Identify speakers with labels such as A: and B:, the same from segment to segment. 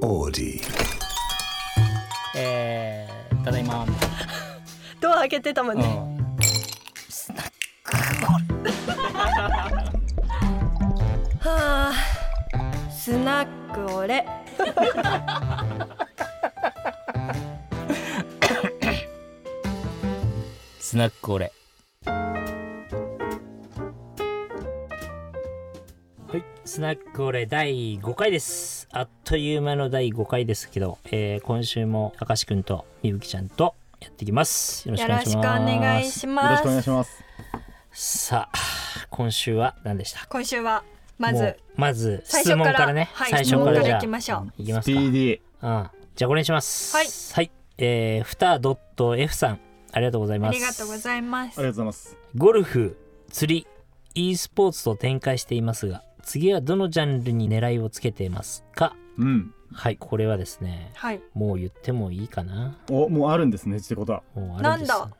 A: オーディ
B: えー、ただいまみたい
C: ドア開けてたもん
B: な、う
C: ね、
B: ん
C: はあスナックオレ
B: スナックオレはいスナックオレ第5回ですあっという間の第5回ですけど、えー、今週も明石くんとみぶきちゃんとやっていきますよろし
C: よ
B: くお願
C: ろ
B: い
C: しく
B: し
C: お
B: ます
C: 願いし
D: よろ
C: ます
D: しくお願いします。
B: さあ今週は何でした
C: 今週はま
B: も
C: ず
B: うまず
C: 最
B: 質
C: 初
B: 問
C: から
B: からね
C: はい
B: 最初から
C: 質問
B: じ
C: から
B: ゃ
C: い
B: あ
C: きましょう
B: いきま
D: ス
B: す
D: ピ
B: か
D: ーディー。
B: うん、じゃあこれにします。
C: はい
B: はい。えー、ふた .f さん、ありがとうござい
C: あ
B: ます。
C: りがとうございま
D: ありがと
C: す
D: うございます。
B: ゴルフ、釣り、e スポーツと展開していますが、次はどのジャンルに狙いをつけていますか
D: うん。
B: はい、これはですね、
C: はい
B: もう言ってもいいかな。
D: お、もうあるんですね、ってことは。
B: もうあれです。
C: なんだ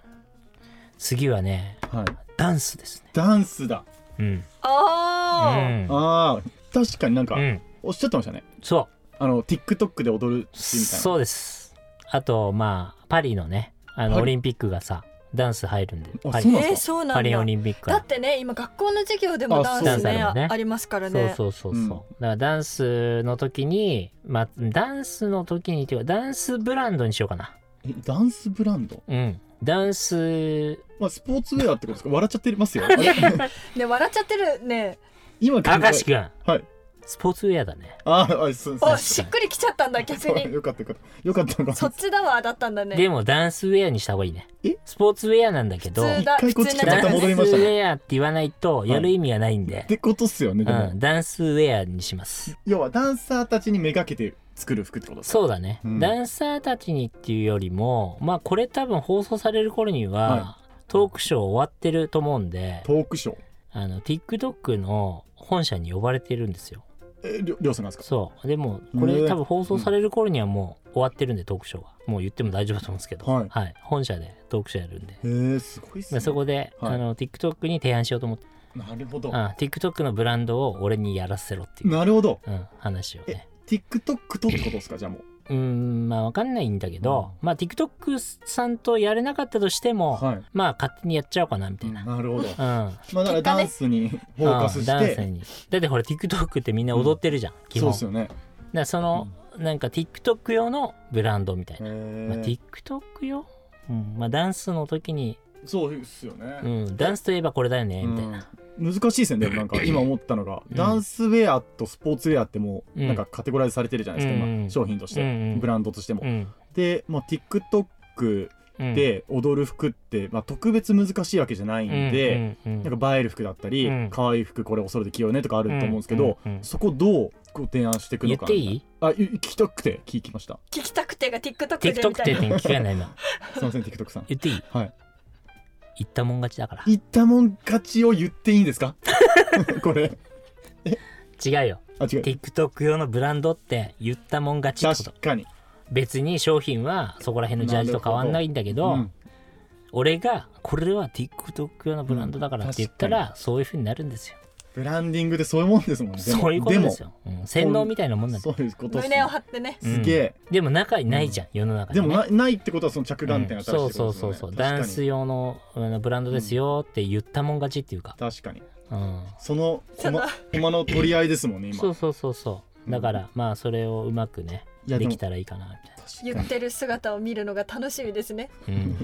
B: 次はね、
D: はい。
B: ダンスですね。
D: ダンスだ。
B: うん。
C: あ
B: うん
D: ああ、確かになんか、
B: うん。
D: おっしゃってましたね。
B: そ
D: あの、TikTok で踊る
B: う。
D: し、みたいな。
B: そうです。あと、まあ、パリのね、あの、
D: パリ
B: オリンピックがさ、ダンス入るんで、
D: あ
B: パ
D: そ
B: リ
C: ー
D: うな
C: え
D: ん
C: ー、
D: です
C: そうな
B: パ
C: ん
B: リオ
C: だ
B: リンピック
C: だ
B: は
C: ってね今学校の授業でもダン
D: あ
C: ス
D: そう
C: ね
B: ダ
C: あ
B: ンスあるもんね
C: ありますから
B: そう
C: ね
B: そうそうそう、
D: うん
B: だからダンスの時にまあダンスの時にっていうかダンスブランドにしようかな
D: えダンスブランド
B: うんダンス
D: まあ、スポーツウェアってことですか笑っちゃってますよ。
C: ね笑っちゃってるね
D: 今考え
B: 明石君
D: はい。
B: スポーツウェアだね
D: あーあ、そうそ
C: お
D: う。
C: しっくりきちゃったんだ逆
D: そう
C: に
D: よかったよかった。よかったのか
C: そっちだわだったんだね
B: でもダンスウェアにした方がいいね
D: え
B: スポーツウェアなんだけど
C: 普通
D: 一
C: だ
D: 回こっち来
C: 普通
D: てま
C: にな
D: た
B: ダンス
D: 戻
B: ウ
D: りましたね。
B: ェアって言わないとやる意味がないんで
D: っ、てことっすよね、でも。
B: うん、ダンスウェアにします
D: 要は、ダンサーたちにめがけて作る服ってことですか
B: そうだね、
D: うん
B: ダンサーたちにっていうよりもまあこれ多分放送される頃には、
D: は
B: トークショー終わってると思うんで
D: トークショー。
B: あの TikTok の本社に呼ばれてるんですよ
D: え、りょりょうさんなんですか
B: そうでもこれ、
D: ねえ
B: 多分放送される頃にはもう終わってるんでトークショーはもう言っても大丈夫だと思うんですけど、
D: はい
B: 本社でトークショーやるんで、
D: へえ、すごいっす
B: まあ
D: ね。
B: そこで、
D: はい
B: あの TikTok に提案しようと思って、
D: なるほ
B: う
D: ど
B: ん。、TikTok のブランドを俺にやらせろっていう、
D: なるほど。
B: うん、話をね
D: TikTok とってことですかじゃあもう。
B: うーんまあわかんないんだけど、まあ TikTok さんとやれなかったとしても、
D: はい。
B: まあ勝手にやっちゃおうかなみたいな、
D: な るほど。
B: うん
D: まあだからダンスにフォーカス
B: うん
D: し
B: ダンス
D: て、
B: にだってほら TikTok ってみんな踊ってるじゃん、基
D: そう
B: 本
D: ですよね。
B: だからその、なんか TikTok 用のブランドみたいな、まあ、
D: へえ
B: TikTok 用、うんまあ、ダンスの時に、
D: そうですよ
B: う
D: ね。
B: ん、ダンスといえばこれだよねみたいな、
D: うん難しいですねでもなんか今思ったのが
B: うん
D: ダンスウェアとスポーツウェアってもう
B: うん
D: なんかカテゴライズされてるじゃないですか
B: うん
D: 今商品とし
B: うんう
D: て
B: ん
D: ブランドとしても
B: う。ん
D: でまあ TikTok
B: うん、
D: で踊る服ってまあ特別難しいわけじゃない
B: うん
D: で
B: うんうん
D: なんか映える服だったり
B: うん
D: 可愛い服これおそろで着ようねとかあると思うんですけど
B: うんうんうん
D: そこどうご提案していく
B: 言
D: の
B: っ
D: か
B: ていい
D: あい聞きたくて聞き ました
C: 聞きたくてが TikTok でみ
B: ?TikTok
C: た
B: って
C: いな
B: 言聞かない な
D: すいません TikTok さん
B: 言っていい
D: はい
B: 言ったもん勝ちだから
D: 言ったもん勝ちを言っていいんで すかこれ
B: 違うよ
D: あ違う
B: TikTok 用のブランドって言ったもん勝ちってこ
D: 確
B: と
D: かに
B: 別に商品はそこら辺のジャージと変わんないんだけど
D: うん
B: 俺がこれは TikTok 用のブランドだからって言ったら、そういうふうになるんですよ
D: ブランディングでそういうもんですもんねでも
B: そういうことですよ、うん洗脳みたいなもんな
D: でも
B: んだ
D: そういうことっす
C: 胸を張ってね
D: すげえ
B: でも中にないじゃん、世の中に、
D: で
B: ね、
D: もなないってことはその着眼点が正しい
B: そ
D: っ
B: う
D: てこ
B: そ
D: と
B: う
D: です
B: そ
D: よね
B: うそうダンス用のあのブランドですよって言ったもん勝ちっていうか、
D: 確かに確か
B: うん、
D: にその
C: その
D: 駒駒の取り合いですもんね今
B: そうそうそうそうだから、まあそれをうまくね
D: いや
B: で
D: でも
B: きたらいいかなみ
C: 言ってる姿を見るのが楽しみですね
B: たいな、うん、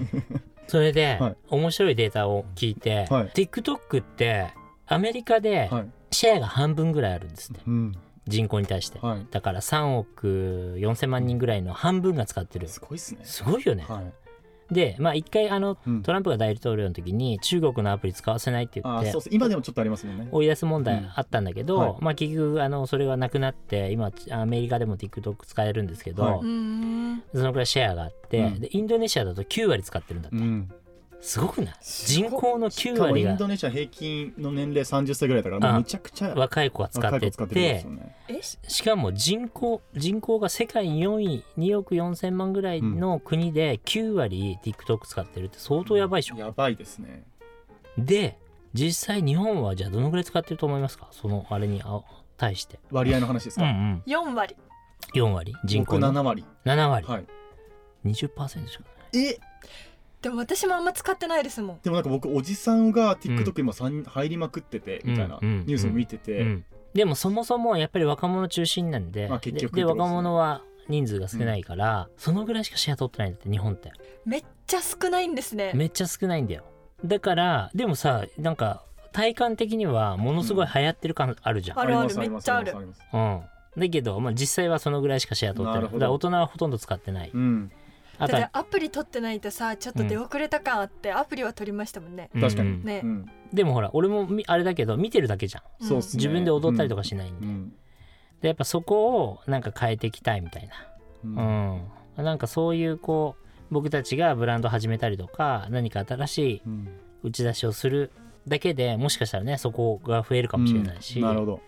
B: それで、
D: はい
B: 面白いデータを聞いて、
D: はい
B: TikTok ってアメリカで
D: はい
B: シェアが半分ぐらいあるんですって、
D: うん
B: 人口に対して、
D: はい
B: だから3億4千万人ぐらいの半分が使ってる
D: すごいっすね
B: すごいよね、
D: はい
B: でまあ一回あの、
D: うん
B: トランプが大統領の時に中国のアプリ使わせないって言
D: あ
B: っ
D: ー
B: て
D: そうっす今でもちょっとありますもんね
B: 追い出す問
D: う
B: 題
D: ん
B: あったんだけど、
D: はい
B: まあ結局あのそれはなくなって今アメリカでも TikTok 使えるんですけど、
D: はいう
C: ーん
B: そのくらいシェアがあって、
D: うん
B: でインドネシアだと9割使ってるんだって、
D: うん
B: すごくない
D: す
B: 人
D: ごい
B: 口の
D: し
B: 9
D: かも
B: 割
D: イン
B: が
D: ドネシア平均の年齢30歳ぐらいだからもうめちゃくちゃ
B: 若い子が使っ
D: 若
B: て
D: い
B: て
D: 子るんですよね
C: え
B: しかも人口人口が世界4位2億4千万ぐらいの国で9割 TikTok 使ってるって相当やばいでしょ、
D: やばいですね
B: で実際日本はじゃあどのぐらい使ってると思いますかそのあれにあ対して
D: 割合の話です
B: うんう
D: か、
B: ん
C: 4割
B: 4割人
D: 僕
B: 口の
D: 7割。
B: 7割、
D: はい。
B: 20%しかない
D: え
C: でも私もあんま使ってないですもん
D: でもなんか僕おじさんが TikTok 今三入りまくっててみたいな
B: うんうん
D: ニュースを見てて、
B: うん、でもそもそもやっぱり若者中心なんで,、
D: まあ結局
B: でで
D: ってことですね
B: 若者は人数が少ないから、そのぐらいしかシェア取ってないんだって日本って
C: めっちゃ少ないんですね
B: めっちゃ少ないんだよだからでもさなんか体感的にはものすごい流行ってる感あるじゃん、
C: あるある
D: り
C: め
D: ま
C: っ
D: す
C: ちゃある
D: りますります
B: うんだけど、まあ、実際はそのぐらいしかシェア取ってない
D: なるほど
B: だから大人はほとんど使ってない、
D: うん。
B: あ
C: だっ
B: と
C: て
B: は
C: アプリ取ってないとさちょっと出遅れた感あって、アプリは取りましたもんね
D: 確かに
B: うん
C: ね、
D: うん。
B: でもほら俺もみあれだけど見てるだけじゃん
C: うん
D: そうっすね。
B: 自分で踊ったりとかしないんで,、
D: うん。
B: でやっぱそこをなんか変えていきたいみたいな
D: うん
B: うん、なんかそういうこう僕たちがブランド始めたりとか何か新しい
D: うん
B: 打ち出しをするだけでもしかしたらねそこが増えるかもしれないし、
D: う
B: うんん
D: なるほど、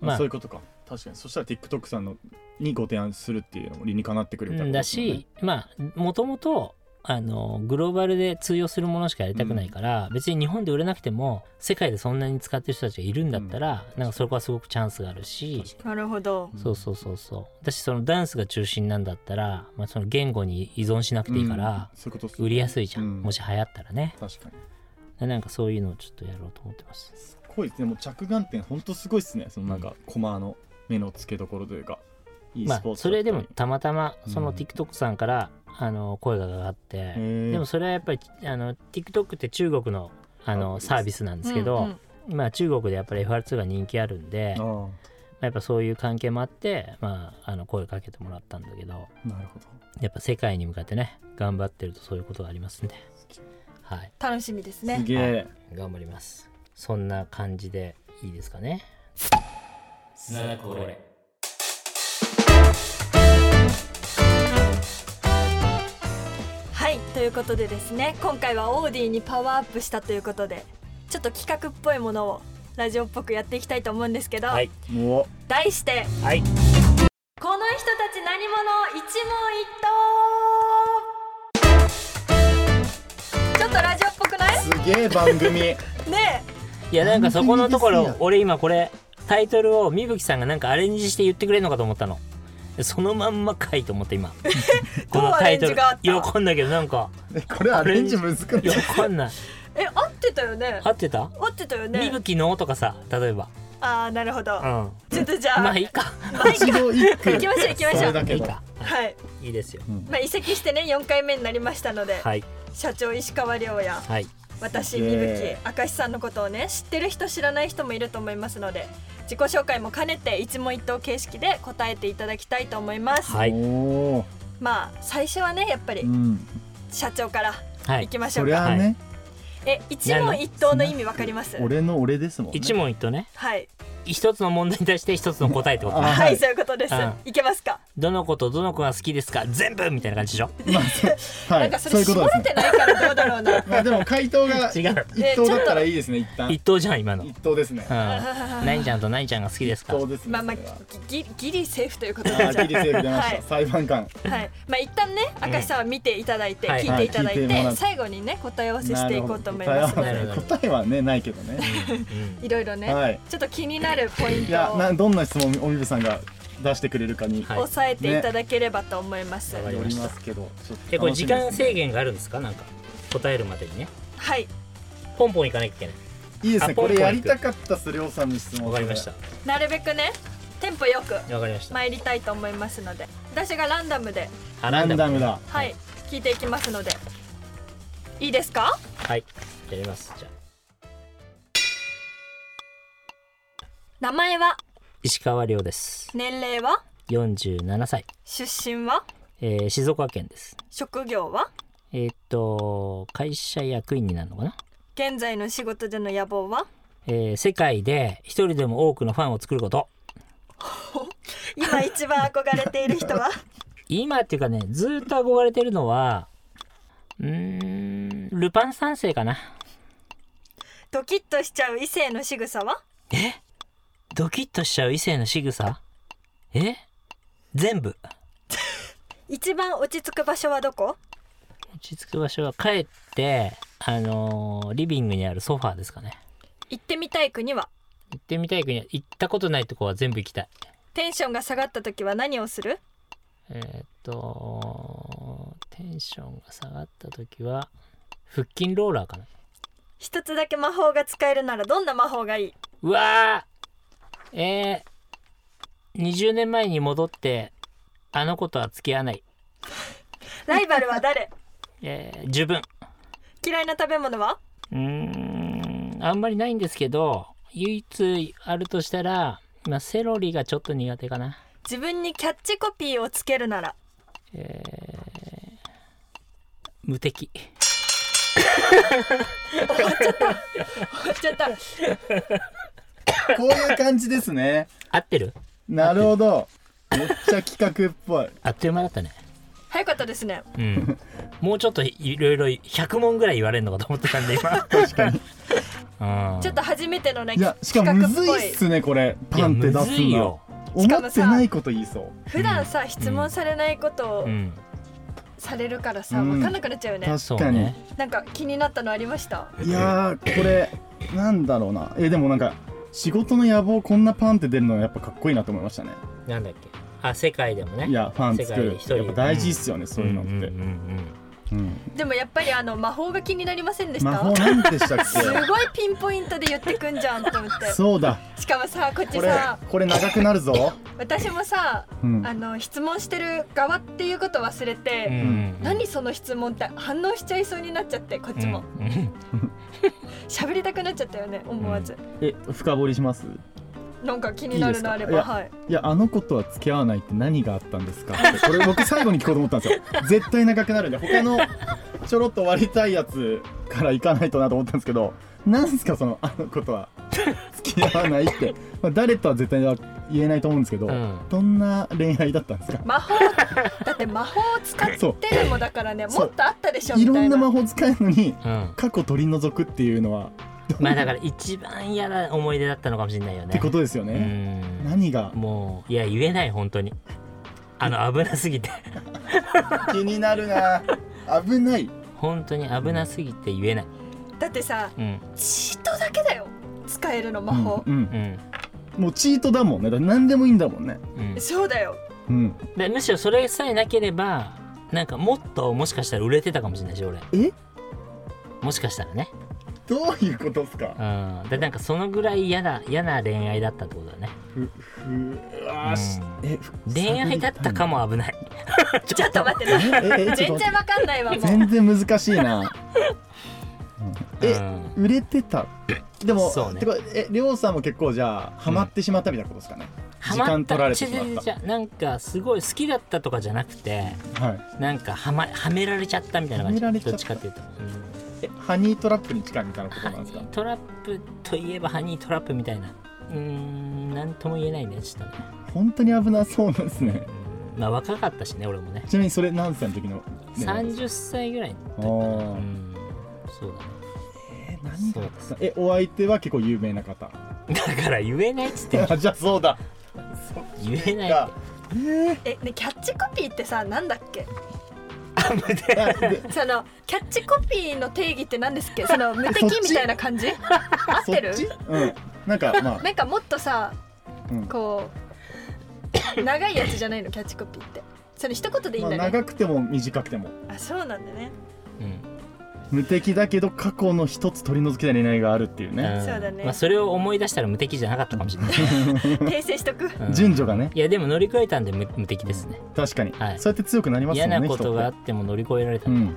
B: まあ
D: そういうことか確かにそしたら TikTok さんのにご提案するっていうのも理にかなってくるみたいなこと
B: だ
D: ですよね、
B: しまあもともとあのグローバルで通用するものしかやりたくないから、別に日本で売れなくても世界でそんなに使ってる人たちがいるんだったら、なんかそこはすごくチャンスがあるし。
C: なるほど
D: うん
B: そうそうそうそうだしそのダンスが中心なんだったら、まあ、その言語に依存しなくていいから、
D: うんそういうことっすね
B: 売りやすいじゃん、
D: うん
B: もし流行ったらね
D: 確かに
B: なんかそういうのをちょっとやろうと思ってます
D: すごいですねもう着眼点ほんとすごいですねそのなんかコマの目の付けどころというかいい
B: ま
D: ス
B: あ
D: ポーツ
B: それでもたまたまその
D: うん
B: TikTok さんから、あの声が上がって、
D: で
B: でもそれはやっぱりあの TikTok って中国のあのサ
D: サ
B: ー
D: ー
B: ビ
D: ビ
B: スなんですけど、
C: うんうん
B: まあ、中国でやっぱり FR2 が人気あるんで、ま
D: あ
B: あ、やっぱそういう関係もあって、まあ、あの声かけてもらったんだけど
D: あなるほど
B: やっぱ世界に向かってね頑張ってるとそういうことがありますんで、はい、
C: 楽しみです
D: す
C: ね
D: げえ、
B: 頑張りますそんな感じでいいですかねこれ
C: はいということでですね今回はオーディにパワーアップしたということでちょっと企画っぽいものをラジオっぽくやっていきたいと思うんですけど、
B: はい
D: も
C: 題して
B: はい
C: この人たち何者一問一答ちょっとラジオっぽくないう
D: すげえ番組
C: ね
B: いやなんかそこのとこ
D: 完璧で
B: ろ
D: す
B: 俺今これタイトルをみぶきさんがなんかアレンジして言ってくれるのかと思ったのそのまんまかいと思って 今このタイトル
C: どうアレンジがあった
B: いやわかんないけどなんか
D: これアレンジ難しい
B: いやわかんない
C: え合ってたよね
B: 合ってた
C: 合ってたよ
B: み
C: ね
B: ぶきのとかさ例えば
C: ああなるほど
B: うんま
C: ちょっとじゃあ、
B: あいいか
D: 一度一句
C: 行きましょう行きましょ
D: そうれだけ
B: いい
D: ど
B: か
C: はい
B: いいですよ
D: うん
C: まあ移籍してね4回目になりましたので、
B: はい
C: 社長石川亮や
B: はい
C: 私
D: す
C: み
D: げ
C: ぶ
D: え
C: き明石さんのことをね知ってる人知らない人もいると思いますので自己紹介も兼ねて一問一答形式で答えていただきたいと思います、
B: はい
D: おー
C: まあ最初はねやっぱ
D: う
C: り
D: ん
C: 社長から
B: はい
C: いきましょ
D: そうり
C: か、
D: ゃあね、
C: え一問一答の意味わかります
D: 俺の俺ですもん、ね、
B: 一問一答ね
C: はい
B: 一つの問題に対して一つの答えってこと
D: あ
B: ね
D: ー
C: は
D: はい
C: いそういうことです
B: うん
C: いけますか
B: どの子とどの子が好きですか全部みたいな感じでしょ
D: まあそうは
C: なん
D: い
C: かそ
D: そうい
C: れ
D: うこと
C: 絞
D: で
C: れ
D: す
C: て
D: ね
C: ないからどうだろうな
D: まあでも回答が
B: 違う
D: 一等だったらいいですね一旦
B: 一答じゃん今のう
D: 一等ですね
B: んナインちゃんとナインちゃんが好きです
D: 一
B: か
D: 等ですね
C: まあまあ
D: それは
C: ぎぎギリセーフという ことで
D: あ
C: じゃ
D: ーギリセーフ出ました、
C: はい
D: 裁判官
C: あはいまあ一旦ね明石さんは見ていただいて、
B: うんはい
C: 聞いていただいて,、
D: はい聞いてもらって
C: 最後にね答え合わせし
D: な
C: てい
D: る
C: こ
D: ほ
C: うと
D: ど
C: 思いますの
B: な
C: で
B: るほど
D: 答えはねないけどね
B: うん
C: いろいろね、
D: はい
C: ちょっと気になるポイン
D: い
C: ト
D: や
C: を
D: などんな質問をおみぶさんが出してくれるかに
B: はい
C: 押さえていただければと思います、
B: ねわかり
D: よ
B: ま
D: り
B: した
D: ますけどちょっと
B: えこれ時間
D: 楽しみですね
B: 制限があるんですかなんか答えるまでにね
C: はい
B: ポンポンいかなきゃいけない
D: いいです
B: あ
D: ね
B: ポン
D: こ
B: ポン
D: れやりたかったっすりょうさんの質問
B: わかりました
C: なるべくねテンポよく
B: わかりました
C: 参りたいと思いますので私がランダムで
B: あ
D: ランダムだ
C: はい、聞いていきますのでいいですか
B: はいやりますじゃあ
C: 名前は
B: 石川亮です
C: 年齢は
B: 47歳、
C: 出身は
B: えー、静岡県です
C: 職業は
B: えーっと会社役員になるのかな
C: 現在の仕事での野望は
B: えー、世界で一人でも多くのファンを作ること
C: 今一番憧れている人 は
B: 今っていうかねずーっと憧れてるのはうーんルパン三世かな
C: ドキッとしちゃう異性の仕草は
B: えドキッとしちゃう異性の仕草え全部
C: 一番落ち着く場所はどこ
B: 落ち着く場所は帰ってあのーリビングにあるソファーですかね
C: 行ってみたい国は
B: 行ってみたい国は行ったことないとこは全部行きたい
C: テンションが下がった時は何をする
B: えーっとテンションが下がった時は腹筋ローラーかな
C: 一つだけ魔法が使えるならどんな魔法がいいう
B: わーえー、20年前に戻ってあの子とは付き合わない、
C: ライバルは 誰
B: えー、自分
C: 嫌いな食べ物は
B: うーんあんまりないんですけど唯一あるとしたら、まあ、セロリがちょっと苦手かな
C: 自分にキャッチコピーをつけるなら
B: えー、無敵
C: 終わっ ちゃった
D: こういう感じですね
B: 合ってる
D: なるほどめっちゃ企画っぽい
B: あっという間だったね
C: 早かったですね
B: うん もうちょっといろいろ100問ぐらい言われるのかと思ってた んで今確かに うん
C: ちょっと初めてのね
D: いやしかもむずいっすねこれパンっ
B: い
D: て出
B: やむ
D: す
B: ずい
D: の
B: よ
D: 思ってないこと言いそう
C: 普段さ質問されないことを
B: うん
C: されるからさ、
D: うん
C: 分かんなくなっちゃうよね、
B: そ
D: 確
B: う
D: かに
B: ね
C: なんか気になったのありました
D: いやーこれなんだろうなえでもなんか仕事の野望こんなパンって出るのやっぱかっこいいなと思いましたね
B: なんだっけあ世界でもね
D: いやパン作
B: 世界で
D: る
B: 一人
D: やっぱ大事っすよねそういうのって
B: んんうん
D: うん
C: でもやっぱりあの魔法が気になりませんでし
D: 魔
C: た
D: 法なんでしたっ
C: すごいピンポイントで言ってくんじゃんと思っ
D: け
C: て
D: そうだ
C: しかもさこっち
D: これ
C: さ
D: これ長くなるぞ
C: 私もさ
D: うん
C: あの質問してる側っていうこと忘れ
B: う
C: て、
B: ん
C: 何その質問って反応しちゃいそうになっちゃってこっちも
B: うんうん
C: 喋、りたくなっちゃったよね思わず、
D: え深掘りします
C: なんか気にないる
D: いです
C: の
D: か
C: あれ
D: い
C: ば
D: や
C: はい
D: いやあの子とは付き合わないって何があったんですかってこれ僕最後に聞こうと思ったん ですよ絶対長くなるんで他のちょろっと終わりたいやつから行かないとなと思ったんですけどなんすかそのあの子とは付き合わないって、まあ、誰とは絶対は言えないと思うんですけど、
B: うん
D: どんな恋愛だったんですか
C: 魔法 だって魔法を使って
D: そう
C: でもだからね
D: そ
C: も
D: う
C: っとあったでしょ
D: い
C: み
D: ろ
C: たい
D: ん
C: な
D: な魔法使えるのに
B: うん
D: 過去取り除くっていうのは
B: まあだから一番嫌な思い出だったのかもしれないよね
D: ってことですよね、
B: う
D: 何が
B: んもういや言えない本当にあの危なすぎて
D: 気になるな危ない
B: 本当に危なすぎて言えない
C: だってさ
B: うん
C: チートだけだよ使えるの魔法、
D: うん
B: う、ん
D: うんもうチートだもんねだって何でもいいんだもんね
B: うん
C: そうだよ
D: うん
B: でむしろそれさえなければなんかもっともしかしたら売れてたかもしれないし俺
D: え
B: もしかしたらね
D: どういうことですか
B: うんでなんかそのぐらい嫌な嫌な恋愛だったってことだね
D: ふふわーし
B: う
D: え
B: 恋愛だったかも危ない
C: ちょっと待ってね
D: えええち
C: 全
D: ょっと待
C: 然わかんないわも
D: っ
C: う
D: て全然難しいなうん
B: う
D: え
B: ん
D: 売れてたでも
B: そうね
D: てかえりょうさんも結構じゃあハマってしまったみたいなことですかね、時
B: ハマ
D: 間
B: った
D: 取られてしま
B: 違う違う
D: っ
B: 違うなんかすごい好きだったとかじゃなくて
D: たはい
B: なんかはまはめられちゃったみたいな感じ
D: はめられちゃ
B: どっちか
D: った
B: っていうと、うん
D: えハニートラップに近いみたいなこと
B: ハ
D: なんで
B: ニ
D: すか
B: ートラップといえばハニートラップみたいなうーん何とも言えないねちょっとね、
D: 本当に危なそうなんですね
B: うんまあ若かったしね俺もね
D: ちなみにそれ何歳の時の、ね、
B: 30歳ぐらいだったかな
D: おー
B: うんそう
D: え何
B: そう
D: が
B: です
D: えお相手は結構有名な方
B: だねだから言えないっつっ てんじゃ
D: あじゃあそうだ
B: ん言えない
D: か
B: って
D: えー
C: えねキャッチコピーってさなんだっけ
B: あ無敵
D: あで
C: そのキャッチコピーの定義って何ですっけその無敵
D: そっち
C: みたいな感じ合ってる
D: そっちうんなんか まあ
C: なんかもっとさ
D: うん
C: こう 長いやつじゃないのキャッチコピーってそれ一言でいいん
D: まあ、
C: だね、
D: 長くても短くても
C: あ、そうなんだね
B: うん
D: 無敵だけど過去の一つ取り除きたい恋愛があるっていうね、
B: ん
C: そうだね
B: まあ、それを思い出したら無敵じゃなかったかもし れない、
C: 訂正しとく
B: うん
D: 順序がね
B: いやでも乗り越えたんで無無敵ですね、
D: 確かに、
B: はい
D: そうやって強くなりますも
B: 嫌
D: んね
B: なことがあ
D: 人
B: っ
D: って
B: も乗り越えられた
D: うん
B: で、
D: ん
B: はい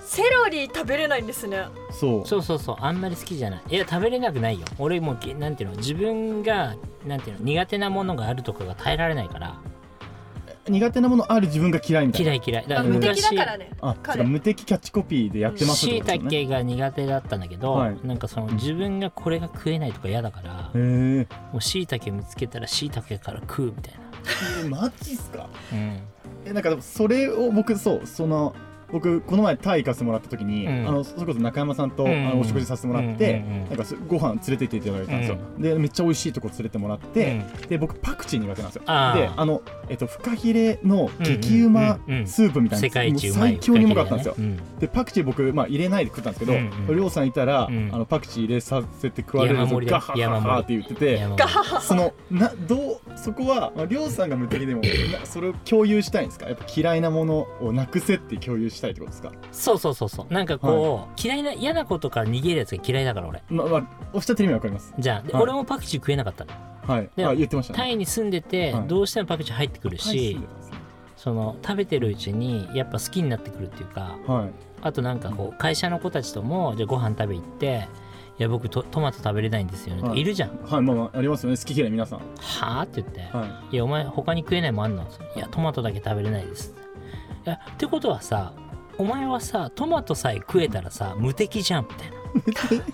C: セロリ食べれないんですね
D: そう
B: そうそうそうあんまり好きじゃないいや食べれなくないよ俺もうげなんていうの自分がなんていうの苦手なものがあるとかが耐えられないから
D: 苦手なものある自分が嫌いみたいな
B: 嫌い嫌いだ
C: あ
B: から
C: 無敵だ
B: 昔
C: からね
D: あ
C: 彼
D: そうか無敵キャッチコピーでやってますっ
B: してい
D: こと
B: た
D: ですね
B: けが苦手だったんだけど、
D: はい
B: なんかその自分がこれが食えないとか嫌だから、
D: へえ
B: もうしいたけ見つけたらしいたけから食うみたいな、
D: マジっすか
B: うん、
D: えなんかでもそれを僕そうその僕この前タイ行かせてもらった時に、
B: うん
D: あのそれこそ中山さんと、
B: うん
D: あのお食事させてもらって、
B: うんうんうん
D: なんかそご飯連れて行っていただいたんですよ、でめっちゃ美味しいとこ連れてもらって、で僕パクチー苦手なんですよで
B: あー
D: あの、えっと、フカヒレの激うま
B: うんうんうんうん
D: スープみたいな
B: 世
D: やつ、
B: 界一う
D: もう
B: まい
D: 最強にうまかったんですよ、
B: フカヒレだね
D: でパクチー僕、まあ、入れないで食ったんですけど、
B: うんうん
D: りょうさんいたら、
B: うん
D: あのパクチー入れさせて食われる
B: 山
D: の
B: 盛りだ
D: ガハハハって言って
B: うん
D: て
B: いやもう
C: ガハハ
D: そのなどうそこは、まあ、りょうさんが無敵でもなそれを共有したいんですかやっぱ嫌いなものをなくせって共有したいってことですか
B: そうそうそうそうなんかこう、嫌いな嫌なことから逃げるやつが嫌いだから俺
D: まあ、まあ、おっしゃってる意味わかります
B: じゃあ、で
D: はい
B: 俺もパクチー食えなかったの
D: はい
B: で
D: あ言ってましたね
B: タイに住んでて、
D: はい
B: どうしてもパクチー入ってくる
D: はい
B: しその食べてるうちにやっぱ好きになってくるっていうか
D: はい
B: あとなんかこう会社の子たちともじゃあご飯食べ行っていや僕トトマト食べれないんですよね、
D: はい
B: い、るじゃん
D: はいまあまあありますよね好き嫌い皆さん
B: はあって言って、
D: はい
B: やお前他に食えないもんあんのいやトマトだけ食べれないですいやってことはさお前はさトマトさえ食えたらさ無敵じゃんみたいない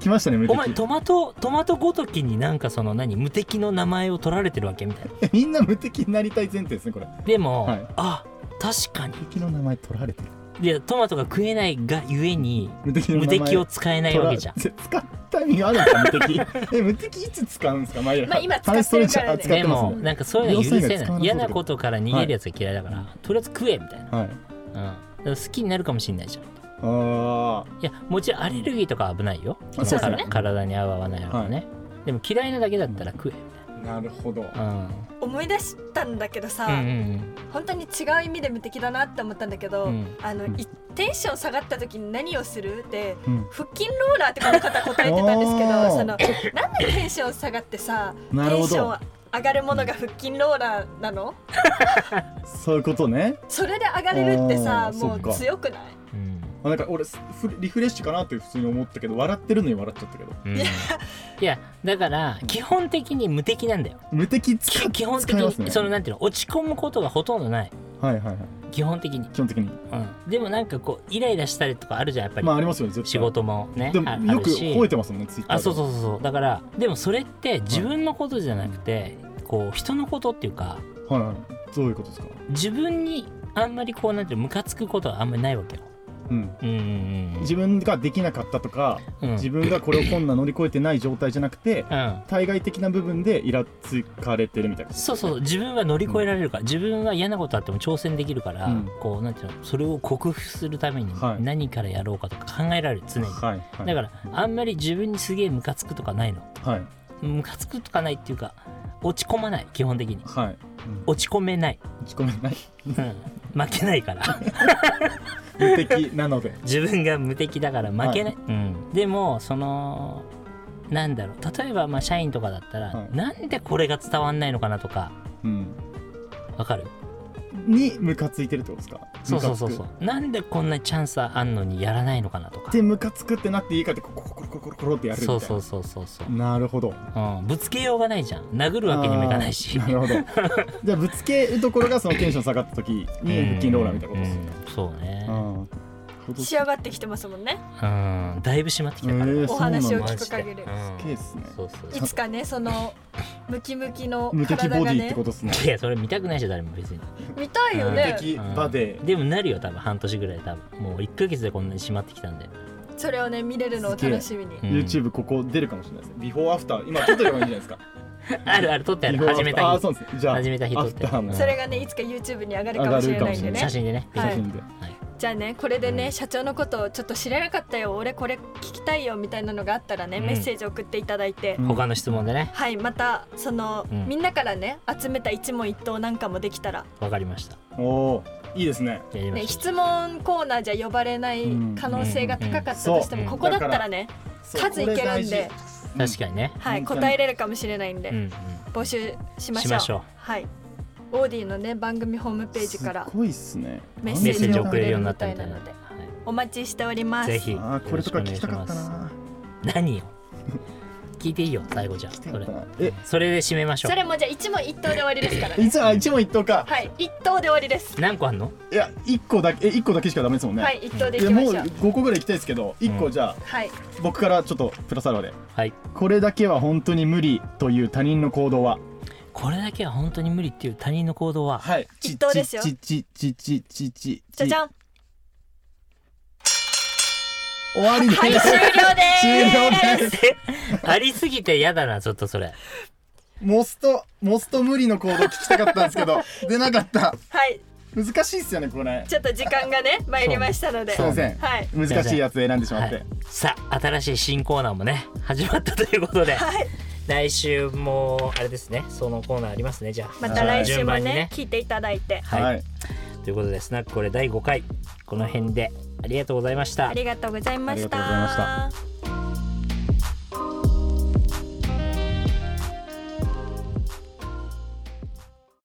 D: 来ましたね無
B: お
D: 敵
B: 前トマトトマトごときになんかその何無敵の名前を取られてるわけみたい
D: みんな無敵になりたい前提ですねこれ
B: なでも、
D: はい
B: あ確かに
D: 無敵の名前取られてる
B: いやトマトが食えないがゆえに
D: 無敵の名
B: 無
D: 前
B: 敵を使えないわけじゃん
D: 取ら使った意味があるんですか無敵 え無敵いつ使うんですかまあいいや
C: まあ今使ってるからね
D: 話それちゃうあ使っ
B: で
D: てます
B: も
D: ね
B: なんかそういうの許せ
D: 要するに使
B: な
D: わないい
B: 嫌なことから逃げるやつが嫌いだから、とりあえず食えみたいな、
D: は
B: う
D: い
B: ん、だから好きになるかもしれないじゃん
D: あ
B: いやもちろんアレルギーとかは危ないよ
D: あそうですね
B: から体に合う合わないのね、でも嫌いなだけだったら食え
D: あなるほど
B: うんうん
C: 思い出したんだけどさ、
B: うん
C: 本当に違う意味で無敵だなって思ったんだけど、
B: うん
C: あのいテンション下がった時に何をするって
D: うん
C: 腹筋ローラーってこの方答えてたんですけど
D: おー
C: そのなんでテンション下がってさ
D: なる
C: テン
D: ほ
C: ショ
D: ど
C: ン上がるものが腹筋ローラーなの
D: そういうことね
C: それで上がれるってさ
D: あー
C: も
D: そっか
C: う強くない
B: うん
D: あなんか俺すふリフレッシュかなって普通に思ったけど笑ってるのに笑っちゃったけど
B: うんいやだから基本的に無敵なんだよ
D: 無敵
B: き
D: 使
B: 基本的
D: 使います
B: に、
D: ね
B: そのなんていうの落ち込むことがほとんどない
D: はいはいはい
B: 基本的に、
D: 基本的に
B: うん、でもなんかこうイライラしたりとかあるじゃんやっぱり、
D: まあありますよね絶対
B: 仕事もね
D: で
B: ああ
D: もよ
B: る
D: く
B: し
D: 吠えてますもんねツイッター
B: あそう
D: う
B: そうそうそうだからでもそれって自分のことじゃなくて、こう人のことっていうか
D: はいはいどういうことですか
B: 自分にあんまりこうなんていうのムカつくことはあんまりないわけよ
D: うん
B: うんうん
D: 自分ができなかったとか
B: うんうん
D: 自分がこれを困難乗り越えてない状態じゃなくて
B: うん
D: 対外的な部分でイラつかれてるみたいな
B: そうそう自分は乗り越えられるから、自分は嫌なことあっても挑戦できるから、
D: うん
B: こうなんていうのそれを克服するために
D: はい
B: 何からやろうかとか考えられる常に、
D: はいはい
B: だからあんまり自分にすげえムカつくとかないの
D: はい
B: ムカつくとかないっていうか落ち込まない基本的に
D: はい、うん
B: 落ち込めない、
D: 落ち込めない
B: うん、負けないから
D: 無敵なので
B: 自分が無敵だから負けない、うん、でもそのなんだろう例えばまあ社員とかだったら、
D: はい
B: なんでこれが伝わんないのかなとか
D: うん
B: わかる
D: にムカついてるってことですか
B: そうそうそう
D: ム
B: そ
D: カつく
B: うなんでこんなチャンスあんのにやらないのかなとか
D: でムカつくってなって家帰ってコロコロコロコロコロってやるみたい
B: そう
D: な
B: そうそうそうそう、
D: なるほど
B: うん、ぶつけようがないじゃん殴るわけにもいかないし
D: あーなるほどじゃあぶつけるところがそのテンション下がった時に腹筋ローラーみたいなことですね
B: うんそうね
D: あー
C: 仕上がってきてますもんね
B: うんだいぶ締まってきたから、
D: えー
C: お話
D: そう
C: を
D: なんだ
C: 聞く限り
B: マジ
D: すげえ
B: で
D: っすね
B: そうそう
C: いつかねそのムキムキの
D: 無敵
C: 体
D: ボデ
C: が
D: ィって
C: ね
D: ことですね
B: いやそれ見たくないじゃん誰も別に、
C: 見たいよ
D: 無
C: ね
D: 敵
B: うん
D: バデー
B: でもなるよ多分半年ぐらい多分もう1ヶ月でこんなに締まってきたん で
C: それをね見れるのを楽しみに
B: うん
D: YouTube ここ出るかもしれないですねビフォーアフター今撮ってればいいんじゃな いですか
B: あるある撮ってあ
D: ビ
B: る
D: フォーア
B: 始
D: フ
B: め
D: ターあ
B: た日
D: ーそうですねじゃあ
B: 始めた日撮って
D: アフターも
C: それがねいつか YouTube に上がるかもしれないんで
D: 上がるかもしれな
C: ね
D: い
B: 写真でね、
C: はい
D: 写真で
B: はい
C: じゃあねこれでね、社長のことをちょっと知らなかったよ俺これ聞きたいよみたいなのがあったらね、
B: うん
C: メッセージ送っていただいて、
D: うん
B: 他の質問でね
C: はいまたその、
B: うん
C: みんなからね集めた一問一答なんかもできたら、
B: わかりました
D: おおいいですね
B: やりま
C: ね、
B: しょう
C: 質問コーナーじゃ呼ばれない可能性が高かったとしても、
B: うん
C: ここだったらね、数いけるんで、
B: 確かにね
C: はい、
D: 本当に
C: 答えれるかもしれないんで、
B: うんうん
C: 募集しましょう
B: しましょう
C: はいオーディのね番組ホームページから
D: すごいっすね
C: メッ
B: メ
C: セ
B: ッセー
C: ー
B: ジ
C: ジ
B: 送れ
C: 送れ
B: る
C: る
B: よう
C: よ
B: にな
C: うにな
B: っ
C: ったた
B: み
C: み
B: たい
C: たい
B: なの
C: なの
B: で
C: で、
B: は
C: お待ちしておりま
B: い
C: す
B: ぜひ
D: あーこれとか
B: よ
D: 聞
B: ろ
D: き
B: したくお願い
D: かった
B: します
D: な
B: 何よ聞いていいよ最後じゃあ
D: 聞き
B: そ
D: たかっ
B: れ
D: たなえ
B: それで締めましょ
C: それ
B: う
C: もじゃあ一問一答で終わりですからね
D: いつは一問一答か
C: はい一答で終わりです
B: 何個あんの
D: いや一個だけえ一個だけしかダメですもんね
C: はい一答でい
D: いや
C: きまし
D: も
C: ょ
D: う
C: う
D: 5個ぐらい行きたいですけど1個じゃあ
C: はい
D: 僕からちょっとプラスアルファで
B: はい
D: これだけは本当に無理という他人の行動は
B: これだけは本当に無理っていう他人の行動は
D: はい
C: 一等ですよ
D: ちちちちちちち
C: じゃじゃん
D: 終わりです
C: はい 終了
D: 終了です
B: ありすぎて嫌だなちょっとそれ
D: モストモスト無理の行動聞きたかったんですけど出なかった
C: はい
D: 難しいっすよねこれ
C: ちょっと時間がね参りましたのです
D: いません
C: はい
D: 難しいやつ選んでしま
B: は
D: って
B: い、さあ新しい新コーナーもね始まったということで、
C: はい
B: 来週もあれですねそのコーナーありますねじゃあ
C: また来週も
B: 順番
C: ね
B: にね
C: 聞いていただいて
B: はい、
D: はい
B: ということでスナックこれ第5回この辺でありがとうございました
C: ありがとうございま
D: ありがとうございま
C: した